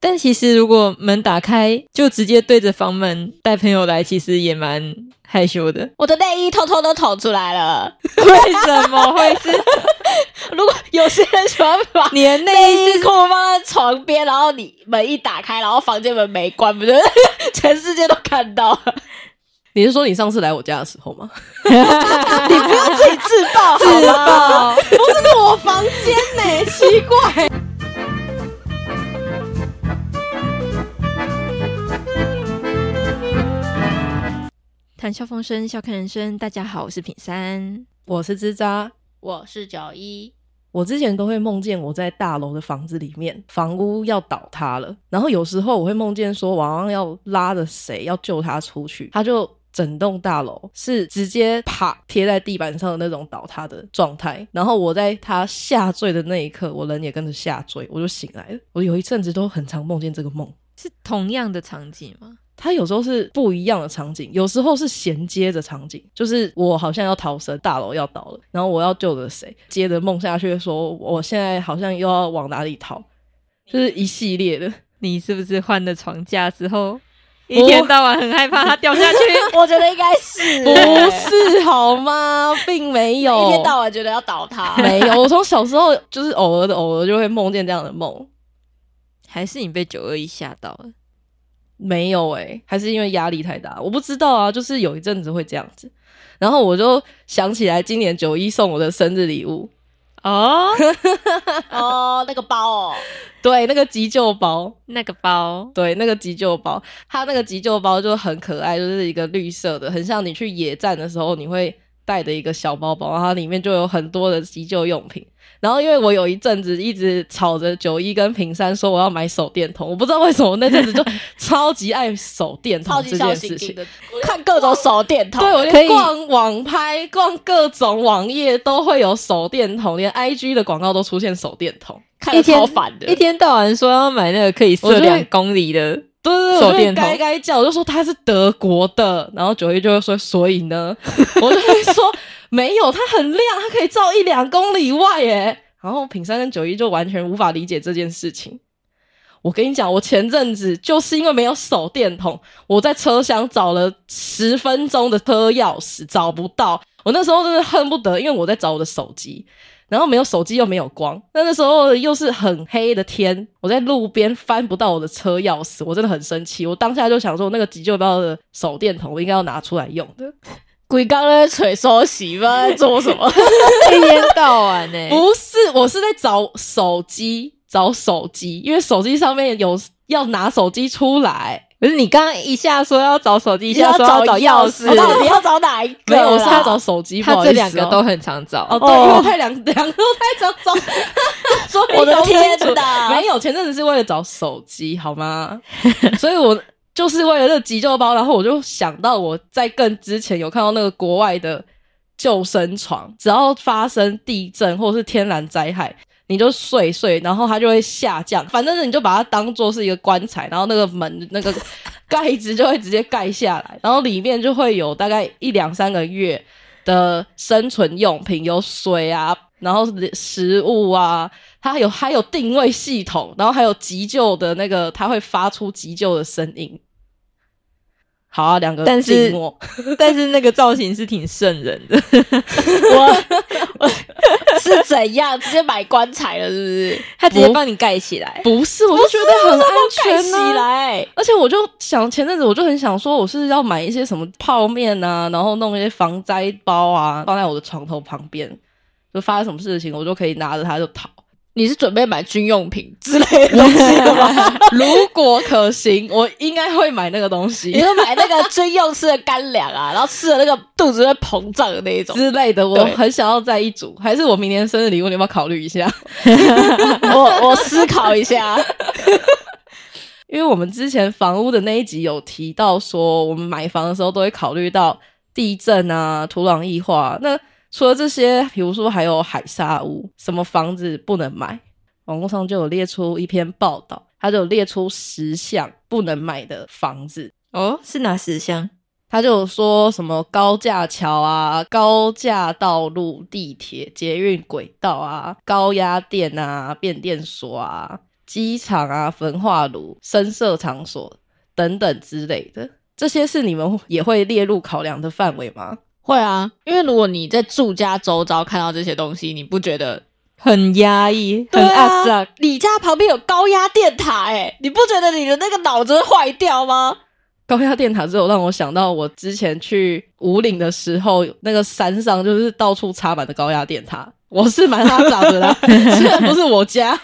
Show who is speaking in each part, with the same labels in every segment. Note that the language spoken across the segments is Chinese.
Speaker 1: 但其实如果门打开，就直接对着房门带朋友来，其实也蛮害羞的。
Speaker 2: 我的内衣偷偷都捅出来了。
Speaker 1: 为什么会是
Speaker 2: 如果有些人喜欢把
Speaker 1: 你的内衣
Speaker 2: 内衣
Speaker 1: 是
Speaker 2: 裤放在床边，然后你门一打开，然后房间门没关，不就是 全世界都看到 了？
Speaker 3: 你是说你上次来我家的时候吗？
Speaker 2: 你不要自己 自爆好吗？
Speaker 1: 哦？
Speaker 3: 我房间呢、 奇怪。
Speaker 1: 谈笑风生，笑看人生。大家好，我是品三。
Speaker 3: 我是吱喳，
Speaker 2: 我是九一，
Speaker 3: 我之前都会梦见我在大楼的房子里面，房屋要倒塌了，然后有时候我会梦见说我好像要拉着谁要救他出去，他就。整栋大楼是直接啪贴在地板上的那种倒塌的状态，然后我在他下坠的那一刻，我人也跟着下坠，我就醒来了。我有一阵子都很常梦见这个梦。
Speaker 1: 是同样的场景吗？
Speaker 3: 它有时候是不一样的场景，有时候是衔接着场景，就是我好像要逃生，大楼要倒了，然后我要救着谁，接着梦下去说我现在好像又要往哪里逃，就是一系 列的。
Speaker 1: 你是不是换了床架之后，一天到晚很害怕它掉下去？
Speaker 2: 我觉得应该是哦
Speaker 3: 不是好吗？并没有，。
Speaker 2: 一天到晚觉得要倒塌
Speaker 3: 没有。我从小时候就是偶尔的偶尔就会梦见这样的梦，
Speaker 1: 还是你被九二一吓到了？
Speaker 3: 没有诶、还是因为压力太大，我不知道啊，就是有一阵子会这样子。然后我就想起来，今年九一送我的生日礼物，
Speaker 1: 哦，
Speaker 2: 哦，那个包哦，
Speaker 3: 对，那个急救包，
Speaker 1: 那个包，
Speaker 3: 对，那个急救包，它那个急救包就很可爱，就是一个绿色的，很像你去野战的时候你会带的一个小包包，然后它里面就有很多的急救用品。然后因为我有一阵子一直吵着九一跟平山说我要买手电筒，我不知道为什么我那阵子就 超级爱手电筒
Speaker 2: 超级
Speaker 3: 这
Speaker 2: 小
Speaker 3: 件
Speaker 2: 心
Speaker 3: 事
Speaker 2: 心
Speaker 3: 情。
Speaker 2: 的，看各种手电筒。
Speaker 3: 对，我
Speaker 1: 可以
Speaker 3: 连逛网拍、逛各种网页都会有手电筒，连 IG 的广告都出现手电筒。
Speaker 2: 看得超烦的。
Speaker 1: 一天到晚说要买那个可以
Speaker 3: 我
Speaker 1: 射
Speaker 3: 就会
Speaker 1: 两公里的，
Speaker 3: 对对对，
Speaker 1: 手
Speaker 3: 我就
Speaker 1: 电筒
Speaker 3: 该该叫，我就说他是德国的，然后九一就会说，所以 呢，我就会说没有，它很亮，它可以照一两公里外耶。然后品山跟九一就完全无法理解这件事情。我跟你讲，我前阵子就是因为没有手电筒，我在车厢找了十分钟的车钥匙找不到，我那时候真的恨不得，因为我在找我的手机，然后没有手机又没有光，那那时候又是很黑的天，我在路边翻不到我的车钥匙，我真的很生气。我当下就想说，那个急救包的手电筒我应该要拿出来用的，
Speaker 2: 鬼刚在捶收洗吧，不知道在做什么？
Speaker 1: 一天到晚欸 呢、
Speaker 3: 不是，我是在找手机，找手机，因为手机上面有要拿手机出来。
Speaker 1: 不是你刚刚一下说要找手机，一下说
Speaker 2: 要
Speaker 1: 找钥
Speaker 2: 我到
Speaker 1: 匙，
Speaker 2: 底要找哪一个？
Speaker 3: 没有，我是要找。手机，不
Speaker 1: 他
Speaker 3: 好
Speaker 1: 这
Speaker 3: 意思
Speaker 1: 两个
Speaker 3: 哦
Speaker 1: 都很常找。
Speaker 3: 哦，对，因为我太两两个都太早找，说明
Speaker 2: 我的
Speaker 3: 搞不
Speaker 2: 天
Speaker 3: 清楚
Speaker 2: 哪
Speaker 3: 没有，前阵子是为了找手机，好吗？所以我就是为了这急救包，然后我就想到我在更之前有看到那个国外的救生床，只要发生地震或是天然灾害。你就睡睡，然后它就会下降。反正你就把它当做是一个棺材，然后那个门那 个盖子就会直接盖下来，然后里面就会有大概一两三个月的生存用品，有水啊，然后食物啊，它有还有定位系统，然后还有急救的那个，它会发出急救的声音。好啊，两个
Speaker 1: 但是
Speaker 3: 静默
Speaker 1: 但是那个造型是挺瘆人的，
Speaker 2: 我我是怎样直接买棺材了？是不是？
Speaker 1: 他直接帮你盖起来。
Speaker 3: 不是，我就觉得很安
Speaker 2: 盖
Speaker 3: 全
Speaker 2: 起
Speaker 3: 啊。
Speaker 2: 来，
Speaker 3: 而且我就想，前阵子我就很想说，我是要买一些什么泡面啊，然后弄一些防灾包啊，放在我的床头旁边，就发生什么事情，我就可以拿着它就逃。
Speaker 2: 你是准备买军用品之类的东西的吗？
Speaker 3: 如果可行，我应该会买那个东西
Speaker 2: 你是买那个军用吃的干粮啊，然后吃了那个肚子会膨胀的那一种。
Speaker 3: 之类的。我
Speaker 2: 对
Speaker 3: 很想要在一组，还是我明年生日礼物，你要不要考虑一下？
Speaker 2: 我我思考一下，
Speaker 3: 因为我们之前房屋的那一集有提到说，我们买房的时候都会考虑到地震啊、土壤异化、那除了这些，比如说还有海沙屋，什么房子不能买？网络上就有列出一篇报道，它就有列出十项不能买的房子。
Speaker 1: 哦，是哪十项？
Speaker 3: 他就有说什么高架桥啊、高架道路、地铁、捷运轨道啊、高压电啊、变电所啊、机场啊、焚化炉、深色场所等等之类的，这些是你们也会列入考量的范围吗？
Speaker 2: 会啊，因为如果你在住家周遭看到这些东西，你不觉得
Speaker 1: 很压抑，很阿
Speaker 2: 对
Speaker 1: 杂
Speaker 2: 啊。， 你家旁边有高压电塔、哎，你不觉得你的那个脑子会坏掉吗？
Speaker 3: 高压电塔之后，让我想到我之前去五岭的时候，那个山上就是到处插满的高压电塔，我是蛮拉杂的啦，虽然不是我家。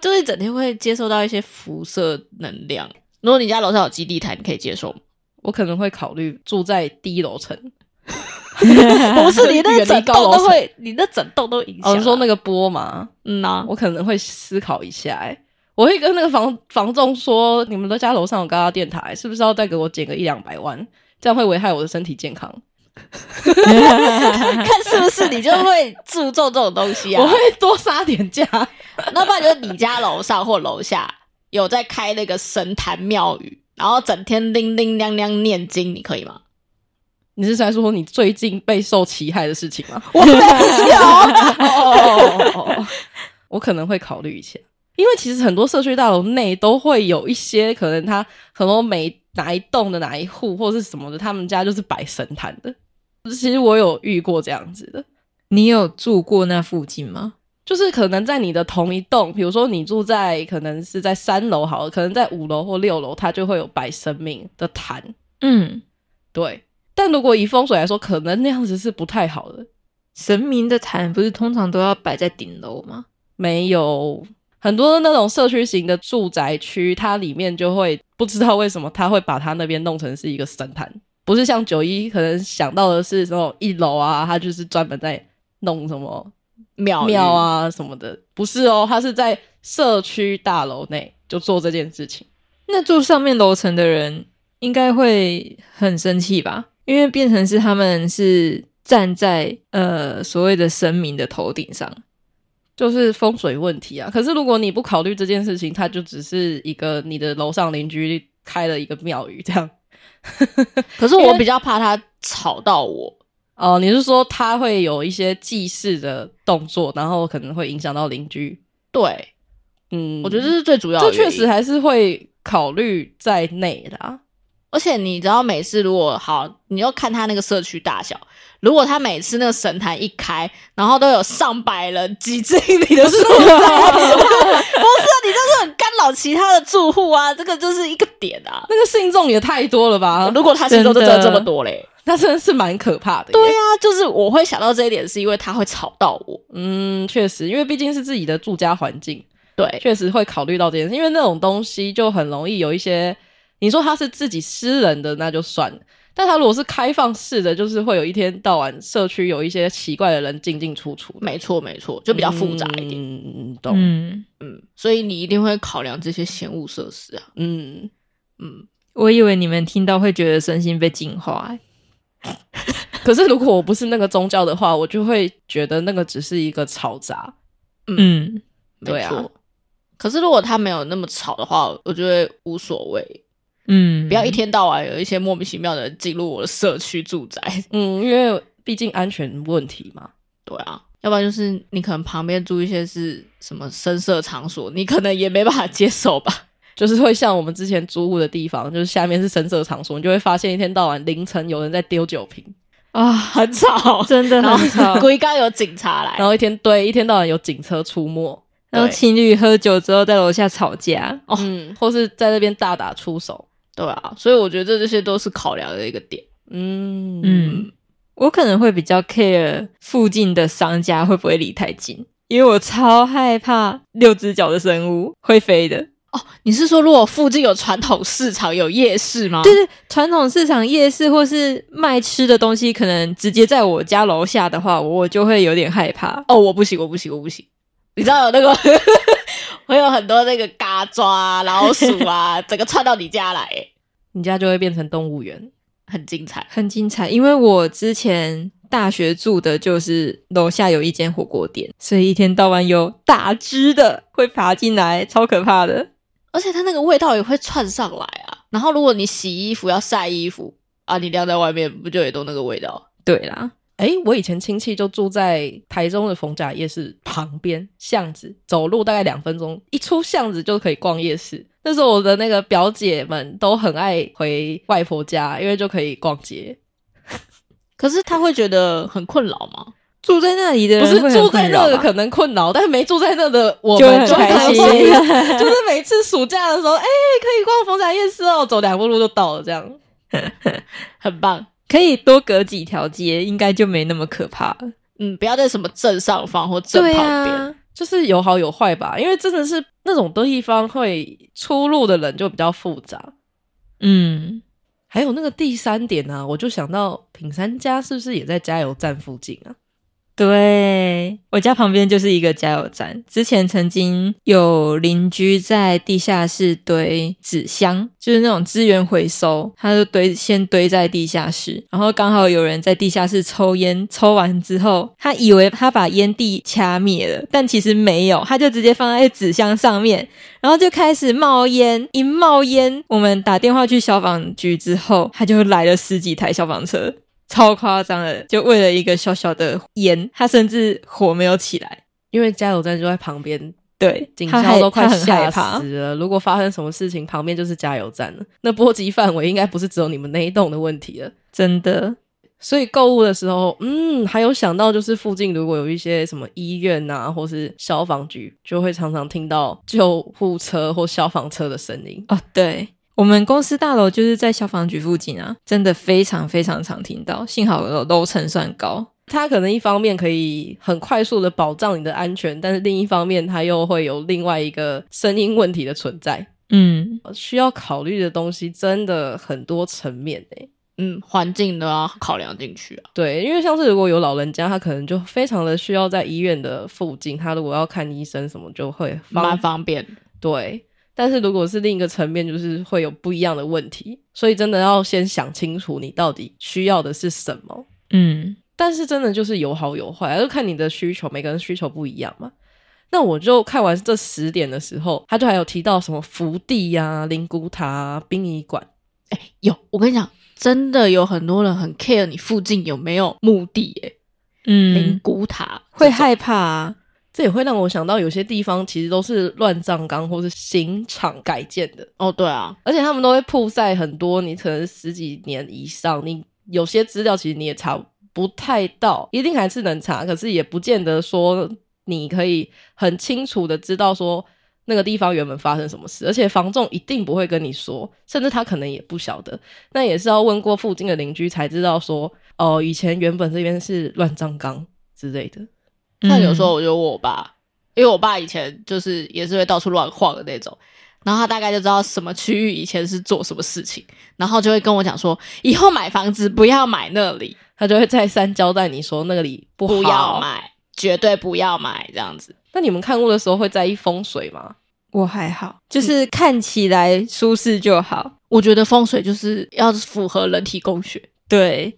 Speaker 2: 就是整天会接受到一些辐射能量。如果你家楼上有基地台，你可以接受吗？
Speaker 3: 我可能会考虑住在低楼层，
Speaker 2: 不是你
Speaker 3: 远
Speaker 2: 那
Speaker 3: 离
Speaker 2: 整
Speaker 3: 高
Speaker 2: 栋
Speaker 3: 楼
Speaker 2: 都
Speaker 3: 层
Speaker 2: 会，你那整栋都影响、
Speaker 3: 哦，你说那
Speaker 2: 个，
Speaker 3: 个波嘛，
Speaker 2: 嗯 呐、
Speaker 3: 我可能会思考一下、欸，我会跟那个房房仲说，你们都家楼上有高压电塔、欸是不是要再给我减个一两百万？这样会危害我的身体健康。
Speaker 2: 看是不是你就会注重这种东西啊？
Speaker 3: 我会多杀点价。
Speaker 2: 那不然就是你家楼上或楼下有在开那个神坛庙宇，然后整天叮叮亮亮念经，你可以吗？
Speaker 3: 你是在说你最近备受其害的事情 吗？
Speaker 2: 我没 有，
Speaker 3: 哦，我可能会考虑一下，因为其实很多社区大楼内都会有一些可能他可能每哪一栋的哪一户或是什么的，他们家就是摆神坛的。其实我有遇过这样子的，
Speaker 1: 你有住过那附近吗？
Speaker 3: 就是可能在你的同一栋，比如说你住在可能是在三楼好了，可能在五楼或六楼，它就会有摆神明的坛。
Speaker 1: 嗯，
Speaker 3: 对，但如果以风水来说，可能那样子是不太好的。
Speaker 1: 神明的坛不是通常都要摆在顶楼吗？
Speaker 3: 没有很多那种社区型的住宅区，它里面就会不知道为什么它会把它那边弄成是一个神坛，不是像九一可能想到的是那种一楼啊，它就是专门在弄什么
Speaker 2: 庙宇
Speaker 3: 庙，啊什么的，不是哦，它是在社区大楼内就做这件事情。
Speaker 1: 那住上面楼层的人应该会很生气吧？因为变成是他们是站在呃所谓的神明的头顶上，
Speaker 3: 就是风水问题啊。可是如果你不考虑这件事情，它就只是一个你的楼上邻居开了一个庙宇这样。
Speaker 2: 可是我比较怕它吵到我。
Speaker 3: 哦，你是说它会有一些祭祀的动作，然后可能会影响到邻居？
Speaker 2: 对，
Speaker 3: 嗯，
Speaker 2: 我觉得这是最主要的
Speaker 3: 这
Speaker 2: 原因。
Speaker 3: 确实还是会考虑在内的、啊。
Speaker 2: 而且你知道，每次如果好，你要看他那个社区大小。如果他每次那个神坛一开，然后都有上百人挤进你 的住 宅，不是啊，你这是很干扰其他的住户啊，这个就是一个点啊。
Speaker 3: 那个信众也太多了吧？
Speaker 2: 如果他心中就
Speaker 1: 真
Speaker 2: 真
Speaker 1: 的
Speaker 2: 的这么多嘞，
Speaker 3: 那真的是蛮可怕的。
Speaker 2: 对，啊，就是我会想到这一点，是因为他会吵到我。
Speaker 3: 嗯，确实，因为毕竟是自己的住家环境，
Speaker 2: 对，
Speaker 3: 确实会考虑到这件事，因为那种东西就很容易有一些，你说它是自己私人的那就算了，但它如果是开放式的，就是会有一天到晚社区有一些奇怪的人进进出出的，
Speaker 2: 没错没错，就比较复杂一点。
Speaker 3: 嗯，懂，嗯
Speaker 1: 嗯，
Speaker 2: 所以你一定会考量这些嫌恶设施啊。嗯，
Speaker 1: 我以为你们听到会觉得身心被净化、欸
Speaker 3: 可是如果我不是那个宗教的话，我就会觉得那个只是一个嘈杂，
Speaker 1: 嗯，
Speaker 2: 没
Speaker 3: 对啊
Speaker 2: 错。可是如果他没有那么吵的话，我觉得无所谓。
Speaker 1: 嗯，
Speaker 2: 不要一天到晚有一些莫名其妙的人进入我的社区住宅。
Speaker 3: 嗯，因为毕竟安全问题嘛，
Speaker 2: 对啊，要不然就是你可能旁边住一些是什么深色场所，你可能也没办法接受吧。
Speaker 3: 就是会像我们之前租屋的地方，就是下面是深色场所，你就会发现一天到晚凌晨有人在丢酒瓶，
Speaker 1: 啊，
Speaker 2: 很吵，
Speaker 1: 真的很
Speaker 2: 然后
Speaker 1: 吵。
Speaker 2: 故意刚有警察来，
Speaker 3: 然后一天对一天到晚有警车出没。
Speaker 1: 然后
Speaker 2: 对
Speaker 1: 情侣喝酒之后在楼下吵架，
Speaker 2: 哦
Speaker 3: 嗯，或是在那边大打出手。
Speaker 2: 对啊，所以我觉得这些都是考量的一个点。
Speaker 3: 嗯
Speaker 1: 嗯，我可能会比较 care 附近的商家会不会离太近，因为我超害怕六只脚的生物会飞的。
Speaker 2: 哦你是说如果附近有传统市场有夜市吗？
Speaker 1: 就是传统市场、夜市或是卖吃的东西，可能直接在我家楼下的话，我就会有点害怕。
Speaker 2: 哦，我不行，我不行，我不行。你知道有那个 会有很多那个嘎抓、啊、老鼠 啊，整个窜到你家来、欸
Speaker 3: 你家就会变成动物园。
Speaker 2: 很精彩。
Speaker 1: 很精彩，因为我之前大学住的就是楼下有一间火锅店，所以一天到晚有大只的会爬进来，超可怕的。
Speaker 2: 而且它那个味道也会窜上来啊。然后如果你洗衣服要晒衣服啊，你晾在外面不就也都那个味道？
Speaker 1: 对啦，
Speaker 3: 哎，我以前亲戚就住在台中的逢甲夜市旁边巷子，走路大概两分钟，一出巷子就可以逛夜市。那时候我的那个表姐们都很爱回外婆家，因为就可以逛街。
Speaker 2: 可是他会觉得很困扰吗？
Speaker 1: 住在那里的
Speaker 3: 不
Speaker 1: 人
Speaker 3: 是
Speaker 1: 会很
Speaker 3: 住在
Speaker 1: 困扰
Speaker 3: 那的
Speaker 1: 吧
Speaker 3: 可能困扰，但是没住在那的我
Speaker 1: 就
Speaker 3: 们
Speaker 1: 很
Speaker 3: 就
Speaker 1: 开
Speaker 3: 开
Speaker 1: 心
Speaker 3: 就是每次暑假的时候，哎、可以逛逢甲夜市哦，走两步路就到了，这样。
Speaker 2: 很棒，
Speaker 1: 可以多隔几条街，应该就没那么可怕了。
Speaker 2: 嗯，不要在什么正上方或正
Speaker 1: 啊
Speaker 2: 旁边。，
Speaker 1: 嗯
Speaker 3: 就是有好有坏吧，因为真的是那种地方会出入的人就比较复杂。
Speaker 1: 嗯，
Speaker 3: 还有那个第三点呢、我就想到品山家是不是也在加油站附近啊？
Speaker 1: 对，我家旁边就是一个加油站。之前曾经有邻居在地下室堆纸箱，就是那种资源回收，他就堆先堆在地下室，然后刚好有人在地下室抽烟，抽完之后，他以为他把烟蒂掐灭了，但其实没有，他就直接放在纸箱上面，然后就开始冒烟，一冒烟，我们打电话去消防局之后，他就来了十几台消防车，超夸张的，就为了一个小小的烟，他甚至火没有起来，
Speaker 3: 因为加油站就在旁边，
Speaker 1: 对，
Speaker 3: 警
Speaker 1: 他
Speaker 3: 校
Speaker 1: 还
Speaker 3: 都快
Speaker 1: 他很
Speaker 3: 吓
Speaker 1: 害怕，
Speaker 3: 死了。如果发生什么事情，旁边就是加油站了，那波及范围应该不是只有你们那一栋的问题了。
Speaker 1: 真的，
Speaker 3: 所以购物的时候，嗯，还有想到就是附近如果有一些什么医院啊，或是消防局，就会常常听到救护车或消防车的声音。
Speaker 1: 哦，对。我们公司大楼就是在消防局附近啊，真的非常非常常听到。幸好楼楼层算高，
Speaker 3: 它可能一方面可以很快速的保障你的安全，但是另一方面它又会有另外一个声音问题的存在，
Speaker 1: 嗯，
Speaker 3: 需要考虑的东西真的很多层面诶、
Speaker 2: 嗯，环境都要考量进去啊。
Speaker 3: 对，因为像是如果有老人家，他可能就非常的需要在医院的附近，他如果要看医生什么，就会
Speaker 2: 蛮
Speaker 3: 方
Speaker 2: 方便的，
Speaker 3: 对，但是如果是另一个层面，就是会有不一样的问题，所以真的要先想清楚你到底需要的是什么。
Speaker 1: 嗯，
Speaker 3: 但是真的就是有好有坏，啊就看你的需求，每个人需求不一样嘛。那我就看完这十点的时候，他就还有提到什么福地呀、灵骨塔、啊、殡仪馆，
Speaker 2: 有，我跟你讲，真的有很多人很 care 你附近有没有墓地、耶，
Speaker 1: 嗯，
Speaker 2: 灵骨塔
Speaker 1: 会
Speaker 2: 这种
Speaker 1: 害怕啊，
Speaker 3: 这也会让我想到有些地方其实都是乱葬岗或是刑场改建的。
Speaker 2: 哦，对啊，
Speaker 3: 而且他们都会曝晒很多，你可能十几年以上，你有些资料其实你也查不太到，一定还是能查，可是也不见得说你可以很清楚的知道说那个地方原本发生什么事，而且房仲一定不会跟你说，甚至他可能也不晓得，那也是要问过附近的邻居才知道说，哦、以前原本这边是乱葬岗之类的。
Speaker 2: 像有
Speaker 1: 嗯
Speaker 2: 时候我就问我爸，因为我爸以前就是也是会到处乱晃的那种，然后他大概就知道什么区域以前是做什么事情，然后就会跟我讲说，以后买房子不要买那里，
Speaker 3: 他就会再三交代你说那里不好。
Speaker 2: 不要买，绝对不要买这样子。
Speaker 3: 那你们看屋的时候会在意风水吗？
Speaker 1: 我还好，就是看起来舒适就好。
Speaker 2: 我觉得风水就是要符合人体工学，
Speaker 1: 对，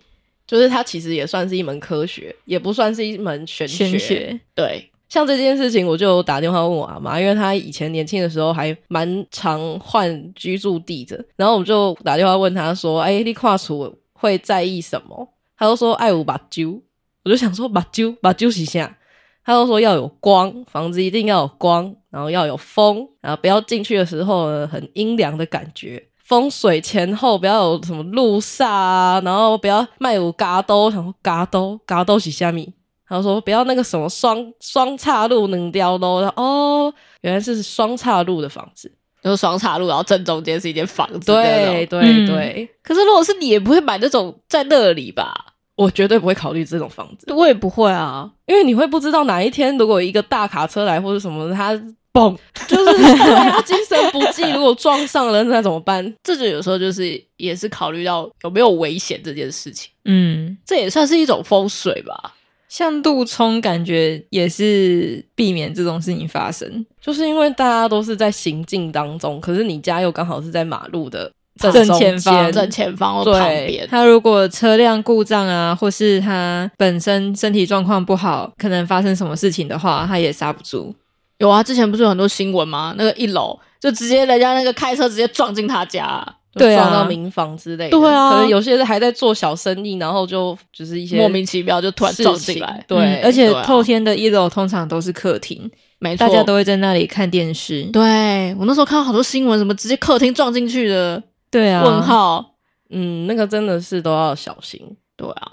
Speaker 3: 就是它其实也算是一门科学，也不算是一门玄学。
Speaker 1: 玄学，
Speaker 2: 对，
Speaker 3: 像这件事情，我就有打电话问我阿妈，因为她以前年轻的时候还蛮常换居住地的。然后我就打电话问她说：“哎、你跨处会在意什么？”她就说：“哎爱五把揪。”我就想说：“把揪把揪一下。”她就说：“要有光，房子一定要有光，然后要有风，然后不要进去的时候呢很阴凉的感觉。”风水前后不要有什么路煞啊，然后不要卖有嘎兜，想说嘎兜嘎兜是虾米，然后说不要那个什么双双岔路能掉喽。然后哦，原来是双岔路的房子。
Speaker 2: 就是双岔路，然后正中间是一间房子的哦那种。
Speaker 3: 对对
Speaker 1: 嗯
Speaker 3: 对，
Speaker 2: 可是如果是你，也不会买那种在那里吧？
Speaker 3: 我绝对不会考虑这种房子，
Speaker 2: 我也不会啊。
Speaker 3: 因为你会不知道哪一天如果一个大卡车来或者什么， 他嘣，就是对他精神不济，如果撞上了那怎么办？
Speaker 2: 这就有时候就是也是考虑到有没有危险这件事情，
Speaker 1: 嗯，
Speaker 2: 这也算是一种风水吧。
Speaker 1: 像路冲，感觉也是避免这种事情发生。
Speaker 3: 就是因为大家都是在行进当中，可是你家又刚好是在马路的
Speaker 1: 正
Speaker 3: 中
Speaker 1: 前方
Speaker 3: 间
Speaker 2: 正前方或
Speaker 3: 对
Speaker 2: 旁边，
Speaker 1: 他如果车辆故障啊，或是他本身身体状况不好，可能发生什么事情的话，他也刹不住。
Speaker 2: 有啊，之前不是有很多新闻吗？那个一楼就直接人家那个开车直接撞进他家，
Speaker 1: 对啊
Speaker 3: 撞到民房之类的，
Speaker 2: 对啊
Speaker 3: 可能有些人还在做小生意，然后就就是一些
Speaker 2: 莫名其妙就突然
Speaker 3: 事
Speaker 2: 撞
Speaker 3: 情
Speaker 2: 进来，
Speaker 3: 对，
Speaker 1: 嗯而且
Speaker 2: 对啊
Speaker 1: 透天的一楼通常都是客厅，
Speaker 2: 没错，
Speaker 1: 大家都会在那里看电视。
Speaker 2: 对啊我那时候看到好多新闻，什么直接客厅撞进去的，
Speaker 1: 对啊，
Speaker 2: 问号，
Speaker 3: 嗯，那个真的是都要小心。
Speaker 2: 对啊，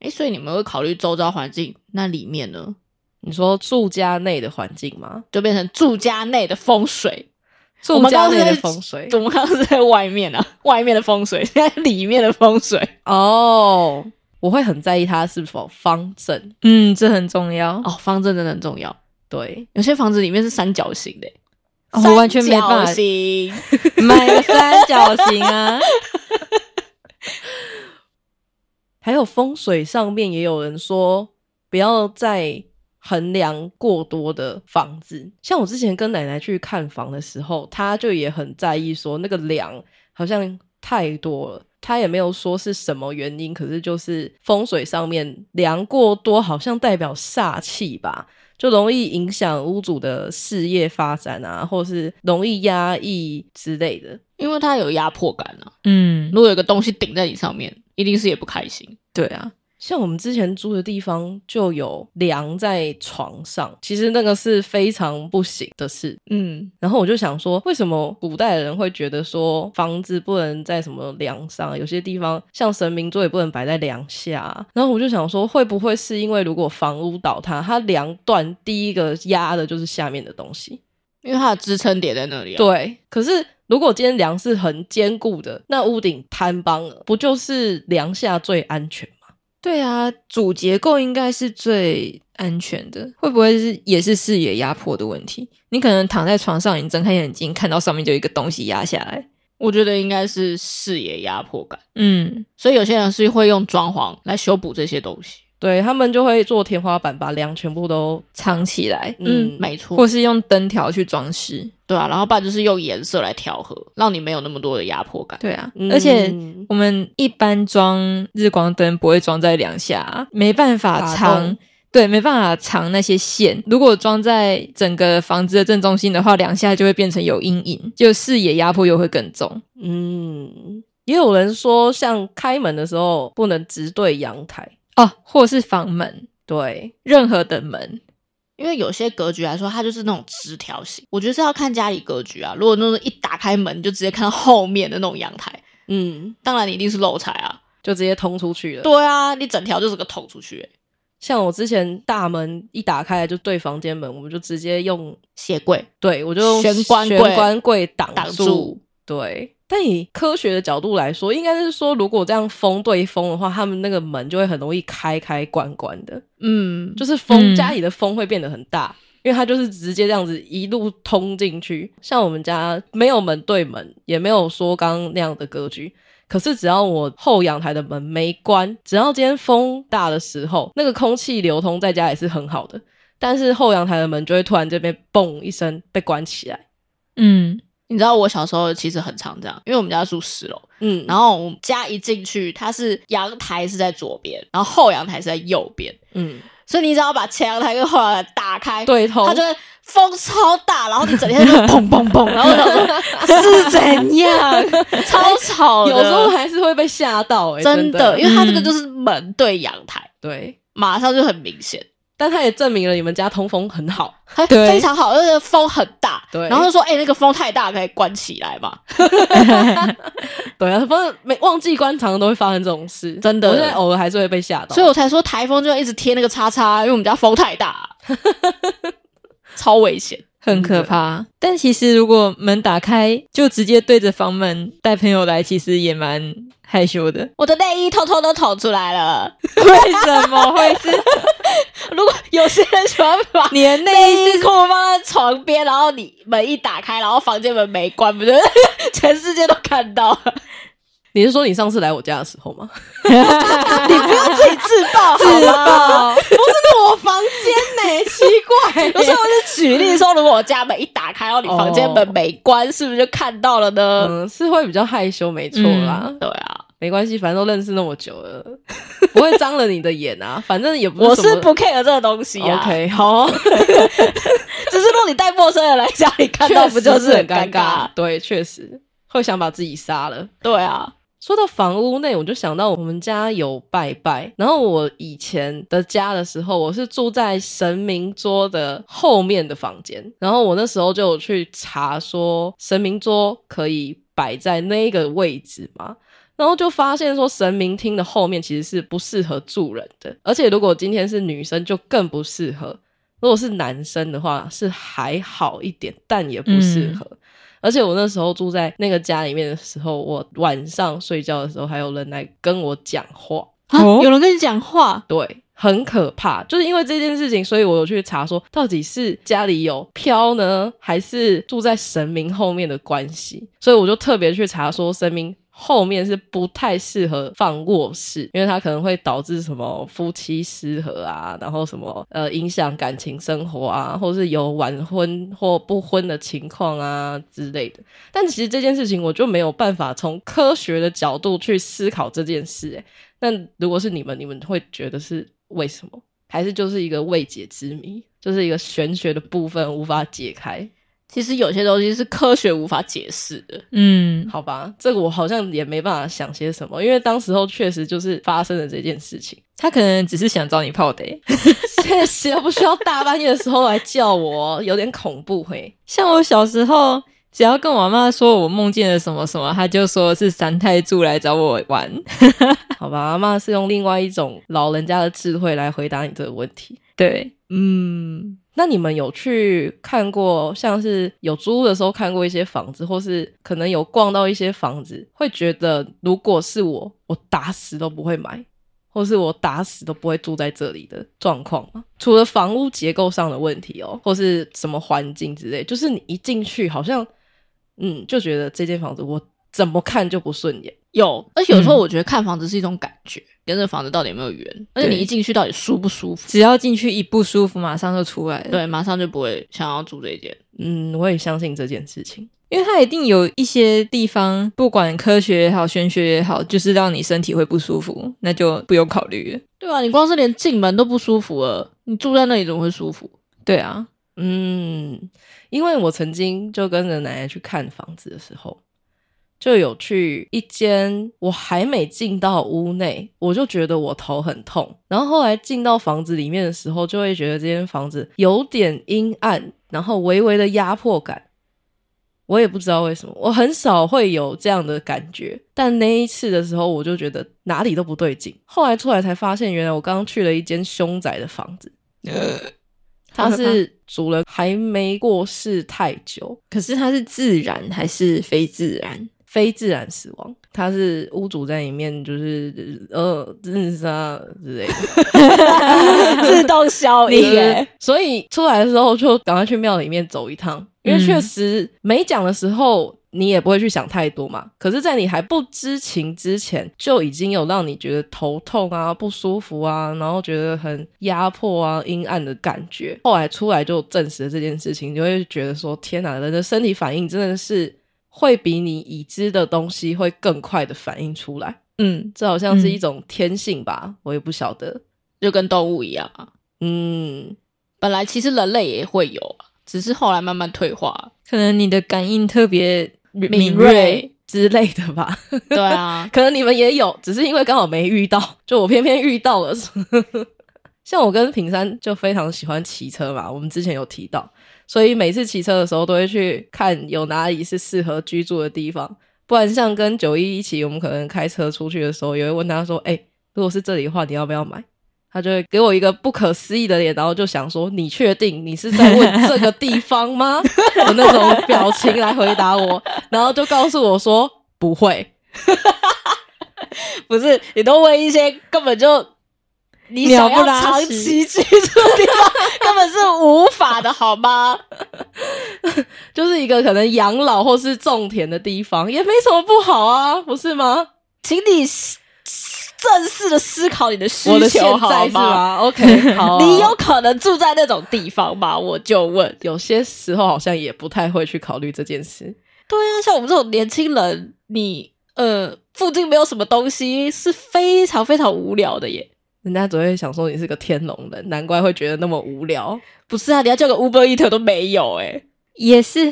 Speaker 2: 哎，所以你们会考虑周遭环境，那里面呢，
Speaker 3: 你说住家内的环境吗？
Speaker 2: 就变成住家内的风水。我
Speaker 3: 住
Speaker 2: 们
Speaker 3: 家
Speaker 2: 刚刚
Speaker 3: 内
Speaker 2: 是
Speaker 3: 的
Speaker 2: 在
Speaker 3: 风水
Speaker 2: 我们刚刚是在外面啊，外面的风水，现在里面的风水
Speaker 3: 哦，我会很在意它是否方正。
Speaker 1: 嗯，这很重要。
Speaker 2: 哦，方正真的很重要。
Speaker 3: 对，
Speaker 2: 有些房子里面是三角形的、
Speaker 1: 哦我完全没办法
Speaker 2: 三角形
Speaker 1: 买个三角形啊，
Speaker 3: 还有风水上面也有人说，不要再衡量过多的房子。像我之前跟奶奶去看房的时候，她就也很在意说那个梁好像太多了。她也没有说是什么原因，可是就是风水上面梁过多，好像代表煞气吧，就容易影响屋主的事业发展啊，或是容易压抑之类的。
Speaker 2: 因为它有压迫感啊。
Speaker 1: 嗯，
Speaker 2: 如果有个东西顶在你上面，一定是也不开心。
Speaker 1: 对啊，
Speaker 3: 像我们之前住的地方就有梁在床上，其实那个是非常不行的事。
Speaker 2: 嗯，
Speaker 3: 然后我就想说，为什么古代人会觉得说房子不能在什么梁上？有些地方像神明桌也不能摆在梁下。啊然后我就想说，会不会是因为如果房屋倒塌，它梁断第一个压的就是下面的东西？
Speaker 2: 因为它的支撑点在那里、啊。，
Speaker 3: 对，可是如果今天梁是很坚固的，那屋顶坍帮了，不就是梁下最安全吗？
Speaker 1: 对啊，主结构应该是最安全的，会不会是也是视野压迫的问题？你可能躺在床上，你睁开眼睛看到上面就有一个东西压下来，
Speaker 2: 我觉得应该是视野压迫感。
Speaker 1: 嗯，
Speaker 2: 所以有些人是会用装潢来修补这些东西。
Speaker 3: 对他们就会做天花板，把梁全部都
Speaker 1: 藏起来，
Speaker 3: 嗯
Speaker 2: 没错，
Speaker 1: 或是用灯条去装饰，
Speaker 2: 对啊，然后不然就是用颜色来调和，让你没有那么多的压迫感。
Speaker 1: 对啊，
Speaker 3: 嗯
Speaker 1: 而且。我们一般装日光灯不会装在梁下啊，没办法
Speaker 3: 打
Speaker 1: 藏
Speaker 3: 洞，
Speaker 1: 对，没办法藏那些线。如果装在整个房子的正中心的话，梁下就会变成有阴影，就视野压迫又会更重。
Speaker 3: 嗯，也有人说，像开门的时候不能直对阳台，
Speaker 1: 哦，或是房门，
Speaker 3: 对，
Speaker 1: 任何的门，
Speaker 2: 因为有些格局来说，它就是那种直条形。我觉得是要看家里格局啊。如果那种一打开门你就直接看到后面的那种阳台，
Speaker 3: 嗯，
Speaker 2: 当然你一定是漏财啊。
Speaker 3: 就直接通出去了。，
Speaker 2: 对啊，你整条就是个捅出去、欸
Speaker 3: 像我之前大门一打开就对房间门，我们就直接用，
Speaker 2: 鞋柜
Speaker 3: 对我就用
Speaker 2: 玄关柜
Speaker 3: 玄关柜挡
Speaker 2: 挡
Speaker 3: 住，
Speaker 2: 住。
Speaker 3: 对。但以科学的角度来说，应该是说，如果这样风对风的话，他们那个门就会很容易开开关关的。
Speaker 2: 嗯，
Speaker 3: 就是风、
Speaker 1: 嗯
Speaker 3: 家里的风会变得很大，因为它就是直接这样子一路通进去。像我们家没有门对门，也没有说刚刚那样的格局。可是只要我后阳台的门没关，只要今天风大的时候，那个空气流通在家也是很好的。但是后阳台的门就会突然这边嘣一声被关起来。
Speaker 1: 嗯，
Speaker 2: 你知道我小时候其实很常这样，因为我们家住十楼，
Speaker 3: 嗯，
Speaker 2: 然后我们家一进去，它是阳台是在左边，然后后阳台是在右边，
Speaker 3: 嗯
Speaker 2: 所以你只要把前阳台跟后阳台打开，
Speaker 3: 对头，
Speaker 2: 它就会风超大，然后你整 天就砰砰砰，然后我想说是怎样， 哎超吵的，
Speaker 3: 有时候还是会被吓到、欸，
Speaker 2: 真
Speaker 3: 的，
Speaker 2: 的，因为它这个
Speaker 1: 嗯
Speaker 2: 就是门对阳台，
Speaker 3: 对。
Speaker 2: 马上就很明显。
Speaker 3: 但它也证明了你们家通风很好，
Speaker 2: 它
Speaker 1: 对
Speaker 2: 非常好，而且风很大，
Speaker 3: 对
Speaker 2: 然后就说：“哎、那个风太大，可以关起来嘛。”
Speaker 3: 对啊，反正没忘记关，常常都会发生这种事，
Speaker 2: 真的
Speaker 3: 我现在偶尔还是会被吓到，
Speaker 2: 所以我才说台风就要一直贴那个叉叉，因为我们家风太大、 超危险。。
Speaker 1: 很可怕。但其实如果门打开，就直接对着房门带朋友来，其实也蛮害羞的
Speaker 2: 我的内衣偷偷都捅出来 了。
Speaker 1: 为什么会 是
Speaker 2: 如果有些人喜欢把
Speaker 1: 你的内
Speaker 2: 内
Speaker 1: 衣
Speaker 2: 衣裤放在床边，然后你门一打开，然后房间门没关，不就是 全世界都看到了？
Speaker 3: 你是说你上次来我家的时候吗？
Speaker 2: 你不要自己自 爆 好
Speaker 1: 自
Speaker 2: 吗？
Speaker 1: 爆？
Speaker 3: 我房间呢、奇 怪
Speaker 2: 不是，我是举例说，如果我家门一打开，然后你房间门
Speaker 3: 哦
Speaker 2: 没关，是不是就看到了呢？
Speaker 3: 嗯，是会比较害羞，没错啦，
Speaker 2: 对啊，
Speaker 3: 没关系，反正都认识那么久了， 不会脏了你的眼啊，反正也不
Speaker 2: 我
Speaker 3: 是什
Speaker 2: 是
Speaker 3: 么
Speaker 2: 不 care 这个东西啊。
Speaker 3: OK 好，
Speaker 2: 只是如果你带陌生人来家里看到， 不
Speaker 3: 确实
Speaker 2: 就是很
Speaker 3: 尴
Speaker 2: 尬？
Speaker 3: 对，确实会想把自己杀了。
Speaker 2: 对啊，
Speaker 3: 说到房屋内，我就想到我们家有拜拜，然后我以前的家的时候，我是住在神明桌的后面的房间，然后我那时候就有去查说神明桌可以摆在那个位置吗？然后就发现说，神明厅的后面其实是不适合住人的，而且如果今天是女生就更不适合，如果是男生的话是还好一点，但也不适合。而且我那时候住在那个家里面的时候，我晚上睡觉的时候还有人来跟我讲话，
Speaker 2: 啊
Speaker 1: 哦
Speaker 2: 有人跟你讲话，
Speaker 3: 对，很可怕。就是因为这件事情，所以我有去查说，到底是家里有飘呢，还是住在神明后面的关系？所以我就特别去查说，神明后面是不太适合放卧室，因为它可能会导致什么夫妻失和啊，然后什么呃影响感情生活啊，或是有晚婚或不婚的情况啊之类的。但其实这件事情，我就没有办法从科学的角度去思考这件事、欸。那如果是你们，你们会觉得是为什么？还是就是一个未解之谜，就是一个玄学的部分无法解开？
Speaker 2: 其实有些东西是科学无法解释的。
Speaker 1: 嗯，
Speaker 3: 好吧，这个我好像也没办法想些什么，因为当时候确实就是发生了这件事情。
Speaker 1: 他可能只是想找你泡的欸、
Speaker 3: 确实不需要大半夜的时候来叫我，哦有点恐怖嘿。
Speaker 1: 像我小时候，只要跟我妈说我梦见了什么什么，她就说是三太柱来找我玩。
Speaker 3: 好吧，阿妈是用另外一种老人家的智慧来回答你这个问题。
Speaker 1: 对，
Speaker 2: 嗯，
Speaker 3: 那你们有去看过，像是有租屋的时候看过一些房子，或是可能有逛到一些房子，会觉得如果是我，我打死都不会买，或是我打死都不会住在这里的状况吗？除了房屋结构上的问题哦，或是什么环境之类，就是你一进去好像，嗯，就觉得这间房子我怎么看就不顺眼。
Speaker 2: 有，而且有时候
Speaker 1: 嗯
Speaker 2: 我觉得看房子是一种感觉，跟这房子到底有没有缘，而且你
Speaker 1: 对
Speaker 2: 一进去到底舒不舒服，
Speaker 1: 只要进去一不舒服，马上就出来了。，
Speaker 2: 对，马上就不会想要住这一间。
Speaker 3: 嗯，我也相信这件事情。
Speaker 1: 因为它一定有一些地方，不管科学也好，玄学也好，就是让你身体会不舒服，那就不用考虑了。
Speaker 2: 对啊，你光是连进门都不舒服了，你住在那里怎么会舒服？
Speaker 1: 对啊，
Speaker 3: 嗯，因为我曾经就跟着奶奶去看房子的时候，就有去一间，我还没进到屋内，我就觉得我头很痛。然后后来进到房子里面的时候，就会觉得这间房子有点阴暗，然后微微的压迫感。我也不知道为什么，我很少会有这样的感觉，但那一次的时候，我就觉得哪里都不对劲。后来出来才发现，原来我刚刚去了一间凶宅的房子，它是主人还没过世太久，
Speaker 1: 可是它是自然还是非自然？
Speaker 3: 非自然死亡。他是屋主在里面，就是呃自杀之类的，
Speaker 2: 自动消
Speaker 1: 音
Speaker 3: 就是所以出来的时候就赶快去庙里面走一趟，因为确实没讲的时候你也不会去想太多嘛。可是，在你还不知情之前，就已经有让你觉得头痛啊、不舒服啊，然后觉得很压迫啊、阴暗的感觉。后来出来就证实了这件事情，你就会觉得说：天哪，人的身体反应真的是会比你已知的东西会更快的反应出来。嗯，这好像是一种天性吧，我也不晓得。
Speaker 2: 就跟动物一样啊。
Speaker 3: 嗯，
Speaker 2: 本来其实人类也会有啊，只是后来慢慢退化。
Speaker 1: 可能你的感应特别
Speaker 2: 敏
Speaker 1: 敏
Speaker 2: 锐
Speaker 1: 锐，
Speaker 3: 之类的吧。
Speaker 2: 对啊，
Speaker 3: 可能你们也有，只是因为刚好没遇到， 就我偏偏遇到了。 像我跟平山就非常喜欢骑车嘛，我们之前有提到，所以每次骑车的时候都会去看有哪里是适合居住的地方。不然像跟九一一起，我们可能开车出去的时候，也会问他说：“哎、如果是这里的话，你要不要买？”他就会给我一个不可思议的脸，然后就想说：“你确定你是在问这个地方吗？”有那种表情来回答我，然后就告诉我说：“不会。”
Speaker 2: 不是你都问一些根本就你想
Speaker 1: 鸟
Speaker 2: 要
Speaker 1: 不拉
Speaker 2: 长
Speaker 1: 屎
Speaker 2: 期 居住的地方，根本是无法的，好吗？
Speaker 3: 就是一个可能养老或是种田的地方，也没什么不好啊，不是吗？
Speaker 2: 请你思正式的思考你的需
Speaker 3: 我的现
Speaker 2: 求，好
Speaker 3: 在是？吗？OK，好啊、
Speaker 2: 你有可能住在那种地方吗？我就问。
Speaker 3: 有些时候好像也不太会去考虑这件事。
Speaker 2: 对啊，像我们这种年轻人，你呃附近没有什么东西是非常非常无聊的耶。
Speaker 3: 人家只会想说你是个天龙人，难怪会觉得那么无聊。
Speaker 2: 不是啊，你要叫个 Uber Eat 都没有哎、
Speaker 1: 也是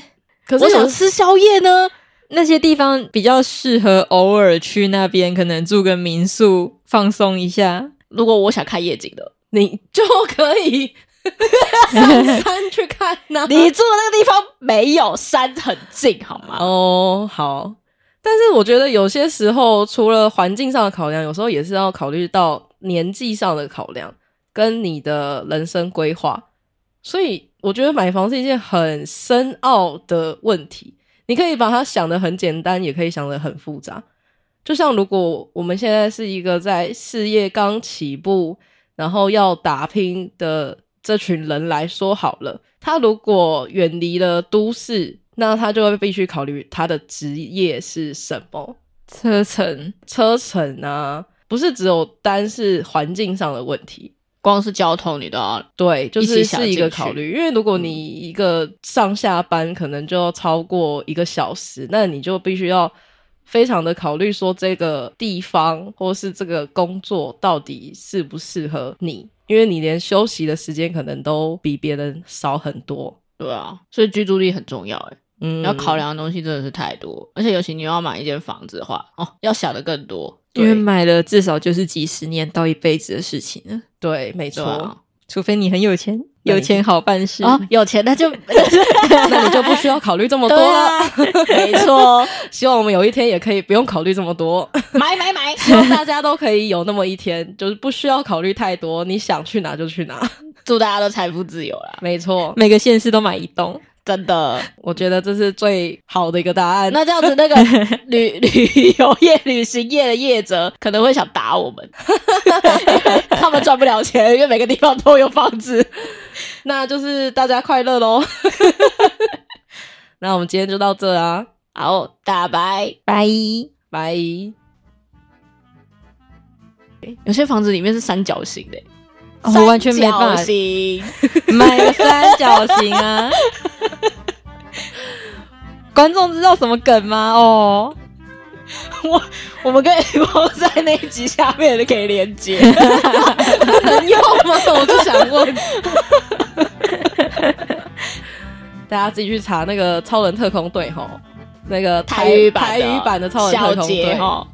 Speaker 3: 可
Speaker 2: 欸
Speaker 3: 是
Speaker 2: 我想
Speaker 3: 有
Speaker 2: 吃宵夜呢，
Speaker 1: 那些地方比较适合偶尔去那边，可能住个民宿放松一下。
Speaker 2: 如果我想看夜景的，
Speaker 3: 你就可以 上山去看呐、
Speaker 2: 你住的那个地方没有山很近，好吗？
Speaker 3: 哦，好。但是我觉得有些时候，除了环境上的考量，有时候也是要考虑到年纪上的考量，跟你的人生规划。所以我觉得买房是一件很深奥的问题。你可以把它想得很简单，也可以想得很复杂。就像如果我们现在是一个在事业刚起步，然后要打拼的这群人来说好了，他如果远离了都市，那他就会必须考虑他的职业是什么，
Speaker 1: 车程
Speaker 3: 车程啊，不是只有单是环境上的问题。
Speaker 2: 光是交通你都要
Speaker 3: 对，就
Speaker 2: 一
Speaker 3: 是
Speaker 2: 起想
Speaker 3: 是一
Speaker 2: 进
Speaker 3: 个
Speaker 2: 去嗯
Speaker 3: 考虑，因为如果你一个上下班可能就要超过一个小时，那你就必须要非常的考虑说这个地方或是这个工作到底适不适合你，因为你连休息的时间可能都比别人少很多。
Speaker 2: 对啊，所以居住力很重要哎、
Speaker 3: 嗯，
Speaker 2: 要考量的东西真的是太多，而且尤其你要买一间房子的话，哦，要想的更多，
Speaker 1: 因为
Speaker 2: 对
Speaker 1: 买了至少就是几十年到一辈子的事情了，
Speaker 3: 对，没
Speaker 2: 对
Speaker 3: 错。
Speaker 2: 啊，
Speaker 1: 除非你很有钱，
Speaker 3: 那
Speaker 1: 有
Speaker 3: 你
Speaker 1: 钱好办事
Speaker 2: 啊，有钱那就
Speaker 3: 那你就不需要考虑这么多
Speaker 2: 啊 对
Speaker 3: 了。
Speaker 2: 啊，没错，
Speaker 3: 希望我们有一天也可以不用考虑这 么多，
Speaker 2: 买买买，
Speaker 3: 希望大家都可以有那么一天，就是不需要考虑太多，你想去哪就去哪。
Speaker 2: 祝大家都财富自由啦，
Speaker 3: 没错，
Speaker 1: 每个县市都买一栋。
Speaker 2: 真的。
Speaker 3: 我觉得这是最好的一个答 案。
Speaker 2: 那这样子，那个旅 旅游业、旅行业的业者可能会想打我们， 因为他们赚不了钱，因为每个地方都有房子。
Speaker 3: 那就是大家快乐喽。 那我们今天就到这啊，
Speaker 2: 好，大白，
Speaker 1: 拜。
Speaker 3: 拜。
Speaker 2: 有些房子里面是三角形的、
Speaker 1: 哦我完全没办法
Speaker 2: 三角形，
Speaker 1: 买个三角形 啊！观众知道什么梗吗？哦，
Speaker 2: 我我们跟放在那一集下面的可以连接，
Speaker 3: 能用吗？我就想 问。大家自己去查那个超人特工队吼，那个
Speaker 2: 台语版的
Speaker 3: 台语版的超人特
Speaker 2: 小
Speaker 3: 工
Speaker 2: 姐
Speaker 3: 队
Speaker 2: 哈。